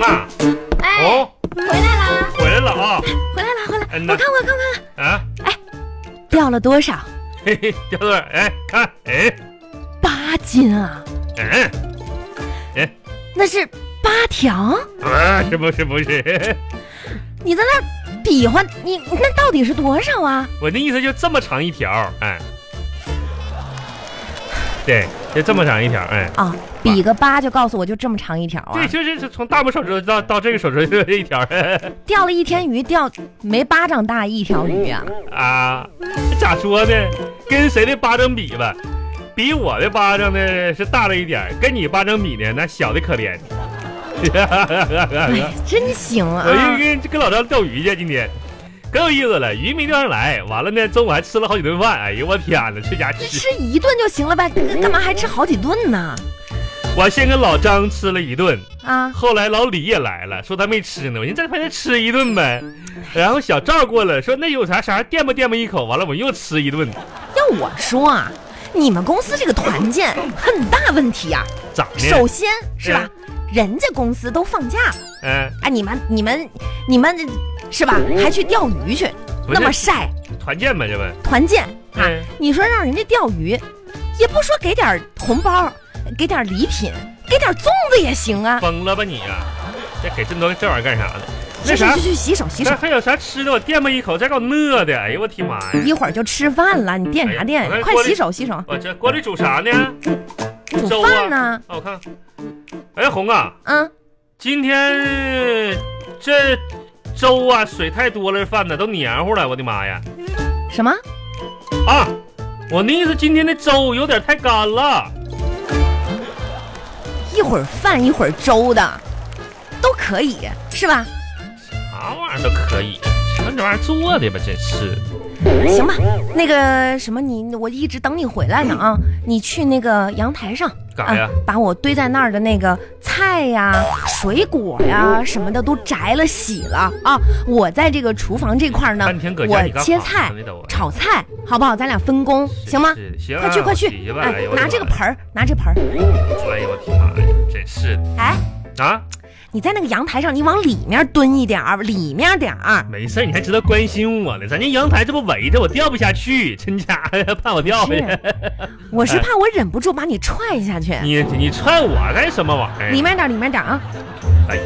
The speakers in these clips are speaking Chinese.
啊哦哎嗯了多少？啊嘿嘿，小豆儿，哎，看，哎，八斤啊！哎，那是八条？啊，是不是不是？你在那比划，你那到底是多少啊？我那意思就这么长一条，哎，对，就这么长一条，哎，啊，比个八就告诉我就这么长一条啊对，！就是从大拇手指头到到这个手指头这一条，哎钓了一天鱼，钓没巴掌大一条鱼啊！啊，咋说呢？跟谁的巴掌比吧，比我的巴掌呢是大了一点儿，跟你巴掌比呢，那小的可怜。 哎，真行我就啊！哎跟跟老张钓鱼去，今天可有意思了，鱼没钓上来，完了呢，中午还吃了好几顿饭，哎呦我天呐，这家吃， 吃一顿就行了呗，干嘛还吃好几顿呢？我先跟老张吃了一顿，啊，后来老李也来了，说他没吃呢，我寻思再陪他吃一顿呗，然后小赵过来说那有啥啥垫吧垫吧一口，完了我又吃一顿，要我说啊，你们公司这个团建很大问题啊！咋首的？先是吧，人家公司都放假嗯、啊，你们你们你们是吧，还去钓鱼去，不那是么晒团建吧，这不，团建啊嗯，你说让人家钓鱼，也不说给点儿红包，给点儿礼品，给点儿粽子也行啊。疯了吧你啊！这给这么多这玩意儿干啥呢？那去去啥去，去洗手洗手那，还有啥吃的？我垫吧一口，再给我饿的，哎呦我天妈呀！一会儿就吃饭了，你垫啥哎垫我？在快锅里洗手洗手，我这锅里煮啥呢？煮饭呢？啊，我看看。哎，红啊，嗯，今天这粥啊，水太多了，饭呢都黏糊了，我的妈呀！什么？啊，我那意思，今天的粥有点太干了。一会儿饭一会儿粥的，都可以是吧？啥玩意儿都可以，什么这玩意儿做的吧？真是，行吧，那个什么你，我一直等你回来呢啊！你去那个阳台上嗯干啥呀啊？把我堆在那儿的那个菜呀、水果呀什么的都摘了、洗了啊！我在这个厨房这块儿呢半天搁，家我你干切啥菜呢、那都炒菜，好不好？咱俩分工是行吗？是行啊，快去快去我洗！吧哎，拿这个。盆儿，拿这盆儿。哎呦我天妈呀，真是的哎，啊！你在那个阳台上，你往里面蹲一点儿，里面点儿。没事儿，你还知道关心我呢？咱这阳台这不围着我掉不下去，真家 伙怕我掉下去。是，啊我是怕我忍不住把你踹下去。哎你哎你踹我干什么玩意儿？里面点儿，里面点儿啊！哎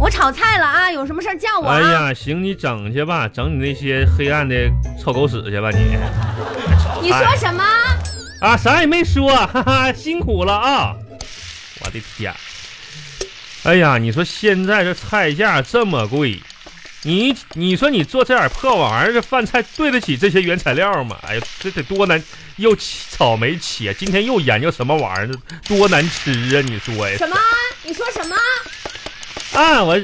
我炒菜了啊，有什么事儿叫我哎啊！呀，行，你整去吧，整你那些黑暗的臭狗屎去吧你。你说什么？啊，啥也没说，哈哈，辛苦了啊！我的天，哎呀，你说现在这菜价这么贵，你你说你做这点破玩意儿，这饭菜对得起这些原材料吗？哎呀，这得多难！又起草莓切，今天又研究什么玩意儿，多难吃啊！你说呀？什么？你说什么？啊，我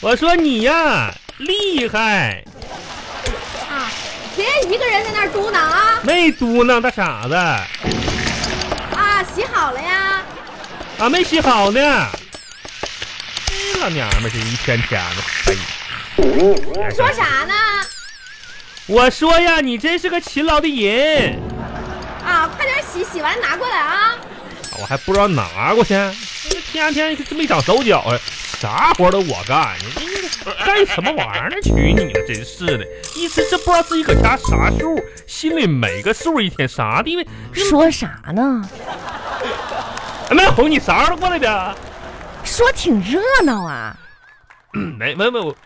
我说你呀，厉害，啊！别一个人在那儿嘟囔啊！没嘟囔大傻子啊，啊，洗好了呀！啊没洗好呢。哎老娘们儿这一天天的，哎呀，说？啥呢？我说呀，你真是个勤劳的人，啊，快点洗，洗完拿过来啊！我还不知道拿过去，这天天这没长手脚啊，啥活都我干，你这干什么玩意儿呢？娶你了，真是的，一直这不知道自己搁家啥数，心里没个数，一天啥地位？说啥呢？哎，没哄你啥时候过来的？ 说挺热闹啊！没没没，我，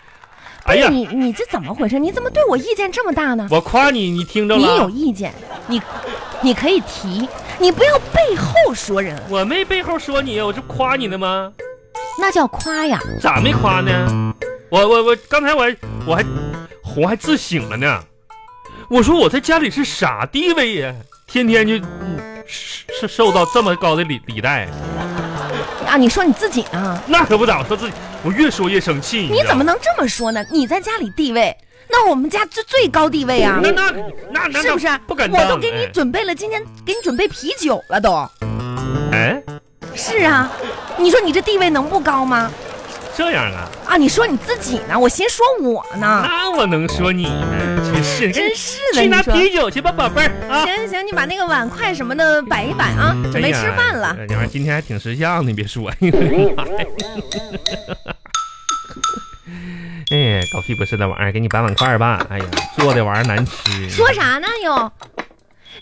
哎呀不是，你你这怎么回事？你怎么对我意见这么大呢？我夸你，你听着你有了？啊意见，你你可以提，你不要背后说人，我没背后说你，我这夸你呢吗？那叫夸呀！咋没夸呢？我我我，刚才我还我还红还自省了呢。我说我在家里是啥地位呀？天天就嗯受受到这么高的礼礼待，啊，你说你自己啊，那可不咋说自己，我越说越生气。你知道怎么吗？能这么说呢？你在家里地位，那我们家最最高地位啊！那那那那是不是啊那？不敢当，我都给你准备了，今天给你准备啤酒了都。哎，是啊，你说你这地位能不高吗？这样啊？啊，你说你自己呢？我寻说我呢，那我能说你呢？真是，啊真是的，去你拿说。啤酒去吧，宝贝儿啊。嗯哎行行行，你把那个碗筷什么的摆一摆啊，准备吃饭了。这玩意儿今天还挺识相的，你别说，哎呦我的妈呀！ 哎，搞屁不是的玩意儿，给你摆碗筷吧。哎呀，做的玩意儿难吃。说？啥呢又？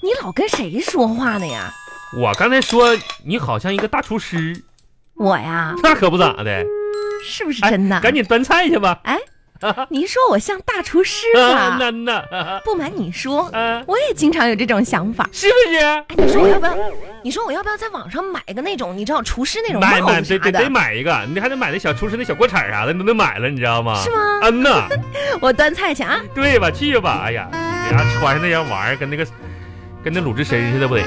你老跟谁说话呢呀？我刚才说你好像一个大厨师，我呀，那可不咋的。是不是哎真的？赶紧端菜去吧。哎，啊，您说我像大厨师吧？那那，啊不瞒你说，啊， 我也经常有这种想法。是不是？哎，你说我要不要？你说我要不要在网上买个那种你知道厨师那种买帽买得子啥得得的？买一个，你还得买那小厨师那小锅铲啥的，你都得买了，你知道吗？是吗嗯呐，我端菜去啊！对吧？去吧。哎呀，人家穿上那样玩意儿，跟那个跟那鲁智深似的，不得？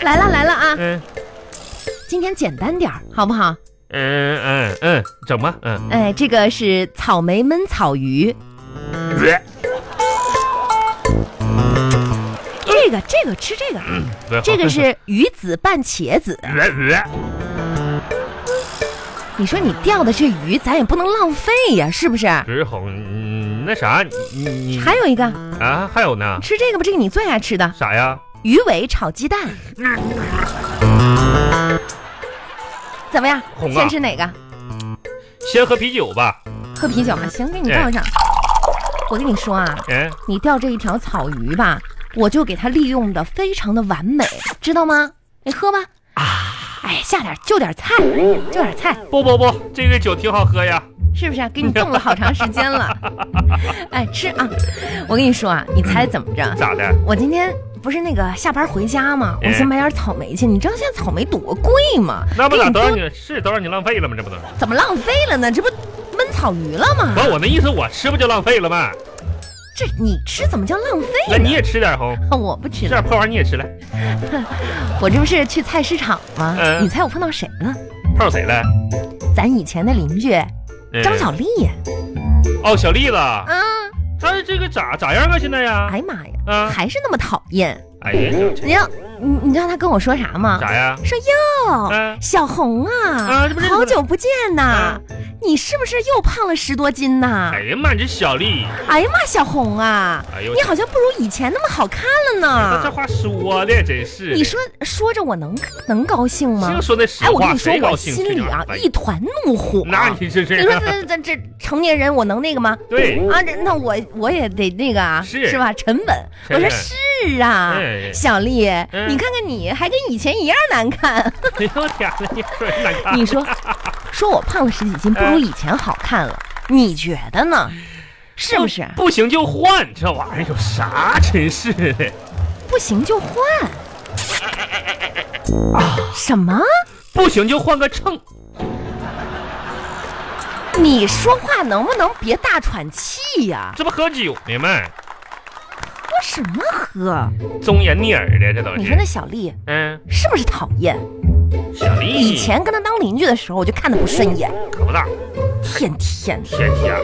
来了来了啊！嗯今天简单点儿好不好？嗯嗯嗯，整吧，嗯。哎，这个是草莓焖草鱼，这个这个吃这个，嗯这个是鱼子拌茄子。你说你钓的这鱼，咱也不能浪费呀，是不是？不是红，嗯，那啥，你你还有一个，啊，还有呢？吃这个吧，这个你最爱吃的啥呀？鱼尾炒鸡蛋，怎么样？嗯红啊先吃哪个？先喝啤酒吧。喝啤酒啊？行，给你倒上。我跟你说啊，嗯，你钓这一条草鱼吧，我就给它利用的非常的完美，知道吗？你喝吧。啊，哎，下点就点菜，就点菜，不不不，这个酒挺好喝呀。是不是、啊？给你冻了好长时间了。 哎，吃啊！我跟你说啊，你猜怎么着？咋的？我今天不是那个下班回家嘛，嗯我先买点草莓去。你知道现在草莓多贵吗？那不给咋你都多让你是都让你浪费了吗？这不都是？怎么浪费了呢？这不焖草鱼了吗？完，我那意思，我吃不就浪费了吗？这你吃怎么叫浪来，费呢？ 你也吃点红，我不吃这了，点破玩意儿你也吃来。我这不是去菜市场吗？嗯你猜我碰到谁了？泡谁了？咱以前的邻居嗯张小丽呀！哦，小丽子，啊，嗯她这个咋咋样啊？现在呀？哎呀妈呀，啊，还是那么讨厌。哎呀，你知道你你知道他跟我说啥吗？啥呀？说哟，嗯，小红啊啊这不，认识好久不见呐啊，你是不是又胖了十多斤呐？哎呀妈，你这小丽，哎呀妈，小红啊，哎呦，哎你好像不如以前那么好看了这呢。话说的真是的。啊你说说着我能能高兴吗就？说那实哎，我跟话，你说谁，高我兴？心吹里牛啊哎一团怒火。那你这你是说这这这成年人我能那个吗？对，啊，这那我我也得那个啊，是吧？沉稳。我沉说稳是啊，哎小丽，嗯你看看你还跟以前一样难 看。哎呦我天哪， 你说人难看。你说，说我胖了十几斤，不如以前好看了，你觉得呢？是不是？不行就换，这玩意儿有啥真是的？不行就换。啊什么？不行就换个秤。你说话能不能别大喘气呀、这不喝酒呢吗？喝什么喝？忠言逆耳的，这都你说那是。小丽嗯，是不是讨厌？小丽以前跟她当邻居的时候，我就看她不顺眼，可不大，天天的。天啊天。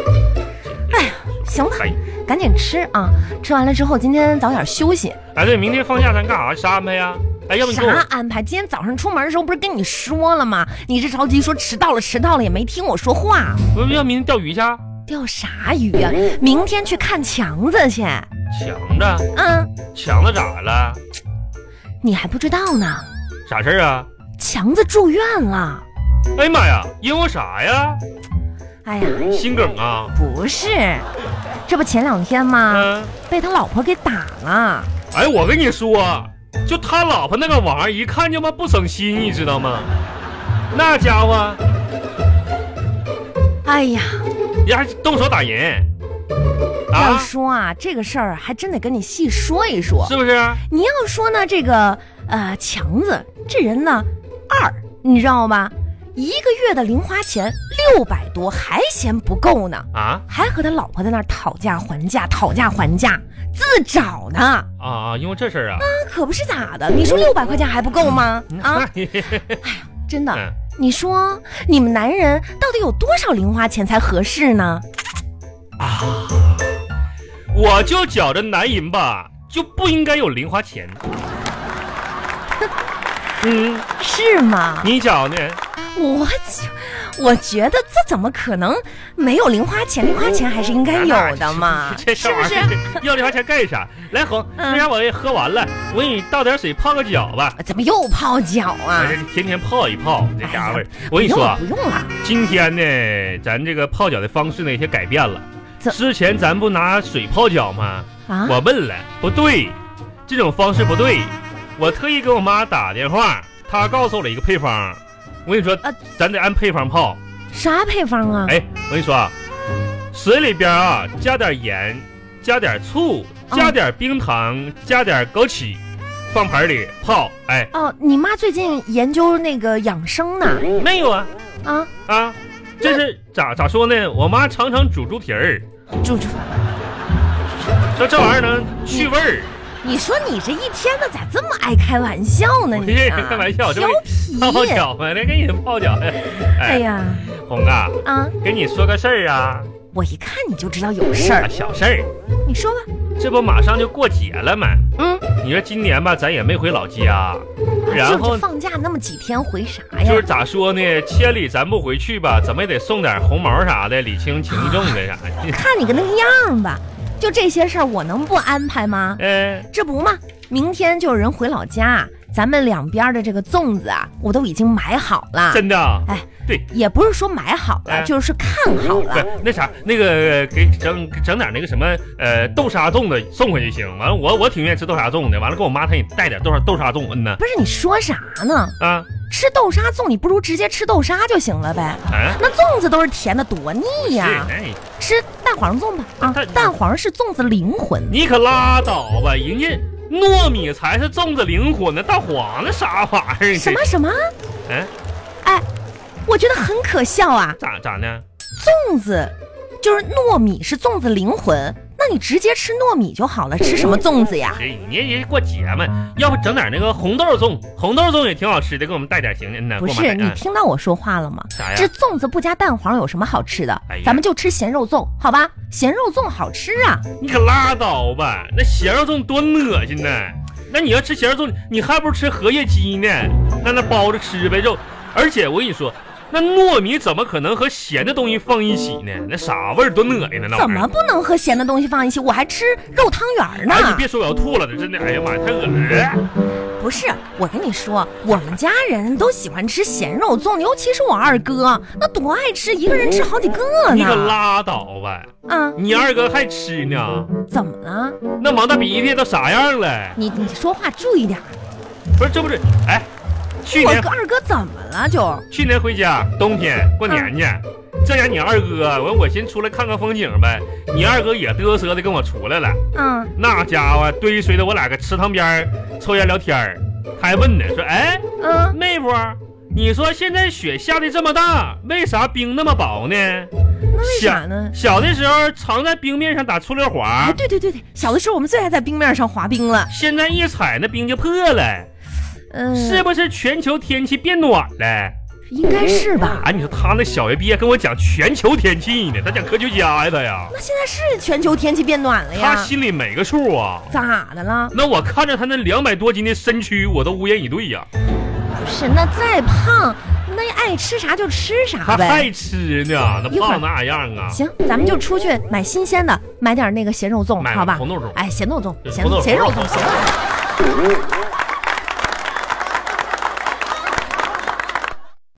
行吧，哎，赶紧吃啊！吃完了之后，今天早点休息。哎对，明天放假咱干啥？啥安排呀？哎，要不你啥跟我安排？今天早上出门的时候不是跟你说了吗？你这着急说迟到了，迟到了也没听我说话。不是要明天钓鱼去？钓啥鱼呀、明天去看强子去。强子，嗯，强子咋了？你还不知道呢，啥事儿啊？强子住院了。哎呀妈呀，因为啥呀？哎呀，心梗啊？不是，这不前两天吗？嗯。被他老婆给打了。哎，我跟你说，就他老婆那个玩意儿，一看就妈不省心，你知道吗？那家伙，哎呀，人还动手打人，要啊，说啊，这个事儿还真得跟你细说一说。是不啊是？你要说呢，这个呃，强子这人呢，二，你知道吧？一个月的零花钱六百多，还嫌不够呢，啊还和他老婆在那儿讨价还价，讨价还价，自找呢。啊啊！因为这事儿啊，那可不是咋的，你说六百块钱还不够吗？啊，真的，嗯你说你们男人到底有多少零花钱才合适呢？我就觉着男人吧，就不应该有零 花钱。嗯，是吗？嗯你觉呢？我就我觉得这怎么可能没有零花钱？零花钱还是应该有的嘛。 这这玩意是儿要零花钱干啥？来红，嗯那啥我也喝完了，我给你倒点水泡个脚吧。怎么又泡脚啊我？这哎天天泡一泡，这家伙哎呀，我跟你说啊不，用了，今天呢，咱这个泡脚的方式呢也改变了。怎之前咱不拿水泡脚吗？不用了啊！我问了，不对，这种方式不对。我特意给我妈打电话，她告诉我了一个配方。我跟你说，啊咱得按配方泡。啥配方啊？哎，我跟你说啊，水里边啊加点盐，加点醋，嗯加点冰糖，加点枸杞，放盆里泡。哎，哦，你妈最近研究那个养生呢没有啊啊，啊，这是咋咋说呢？我妈常常煮猪蹄儿，猪猪，说这玩意儿能去味儿。你说你这一天的咋这么爱开玩笑呢？我你、这啊、开玩笑这调不皮。泡泡脚嘛，那给你泡脚呀。嗯哎，呀红啊，啊！给你说个事儿啊，我一看你就知道有事啊儿，小事儿，你说吧。这不马上就过节了吗？嗯，你说今年吧，咱也没回老家，啊然就这后放假那么几天回啥呀？就是咋说呢，千里咱不回去吧，怎么也得送点红毛啥的，礼轻情重的啥的。看你个那个样儿吧，就这些事儿我能不安排吗？嗯、这不嘛，明天就有人回老家，啊咱们两边的这个粽子啊，我都已经买好了。真的啊，哎，对，也不是说买好了，哎就是看好不是了。那啥，那个给整整点那个什么呃豆沙粽子送回去行。完了，我我挺愿意吃豆沙粽的。完了，给我妈她也带点豆沙豆沙粽。嗯呐，不是你说啥呢？啊吃豆沙粽，你不如直接吃豆沙就行了呗。啊，那粽子都是甜的，多腻是，呀、哎，吃蛋黄粽吧，啊但，蛋黄是粽子灵魂。你可拉倒吧，人家糯米才是粽子灵魂呢，蛋黄那啥玩意儿？什么？什么？嗯、哎，我觉得很可笑啊。咋咋呢？粽子就是糯米是粽子灵魂，那你直接吃糯米就好了，吃什么粽子呀？这哎你也过节嘛，要不整点那个红豆粽，红豆粽也挺好吃的，给我们带点行嗯呐，不给我妈带是，你嗯听到我说话了吗啥呀？这粽子不加蛋黄有什么好吃的哎呀？咱们就吃咸肉粽，好吧？咸肉粽好吃啊！你可拉倒吧，那咸肉粽多恶心呢！那你要吃咸肉粽，你还不如吃荷叶鸡呢，那那包着吃呗肉。而且我跟你说，那糯米怎么可能和咸的东西放一起呢？那啥味儿多恶心呢！那玩怎意儿么不能和咸的东西放一起？我还吃肉汤圆儿呢哎，。你别说我要吐了，这真的，哎呀妈呀，太恶心了！不是，我跟你说，我们家人都喜欢吃咸肉粽，尤其是我二哥，那多爱吃，一个人吃好几个你可呢。拉倒吧，啊，你二哥还吃呢？怎么了？那王大鼻涕都啥样了？你你说话注意点儿。不是，这不是，哎，去我年哥二哥怎么了就？去年回家，冬天过年去，这家你二哥，完我先出来看看风景呗。你二哥也嘚瑟的跟我出来了，嗯，那家伙堆随的我俩搁池塘边儿抽烟聊天儿，还问呢，说哎嗯，妹夫，你说现在雪下的这么大，为啥冰那么薄呢？那为啥呢？小的时候常在冰面上打出溜哎，滑，对对对对，小的时候我们最爱在冰面上滑冰了。现在一踩那冰就破了，嗯，是不是全球天气变暖了？应该是吧？哎，你说他那小学毕业跟我讲全球天气呢，他讲科学家呀，他呀，那现在是全球天气变暖了他呀？心里没个数啊。咋的了？那我看着他那两百多斤的身躯，我都无言以对呀、不是，那再胖，那爱吃啥就吃啥他呗。还吃呢，那一会胖儿那样啊，行，咱们就出去买新鲜的，买点那个咸肉粽，买好吧？红豆粽哎，咸豆粽，咸红豆咸肉红豆粽，咸肉粽。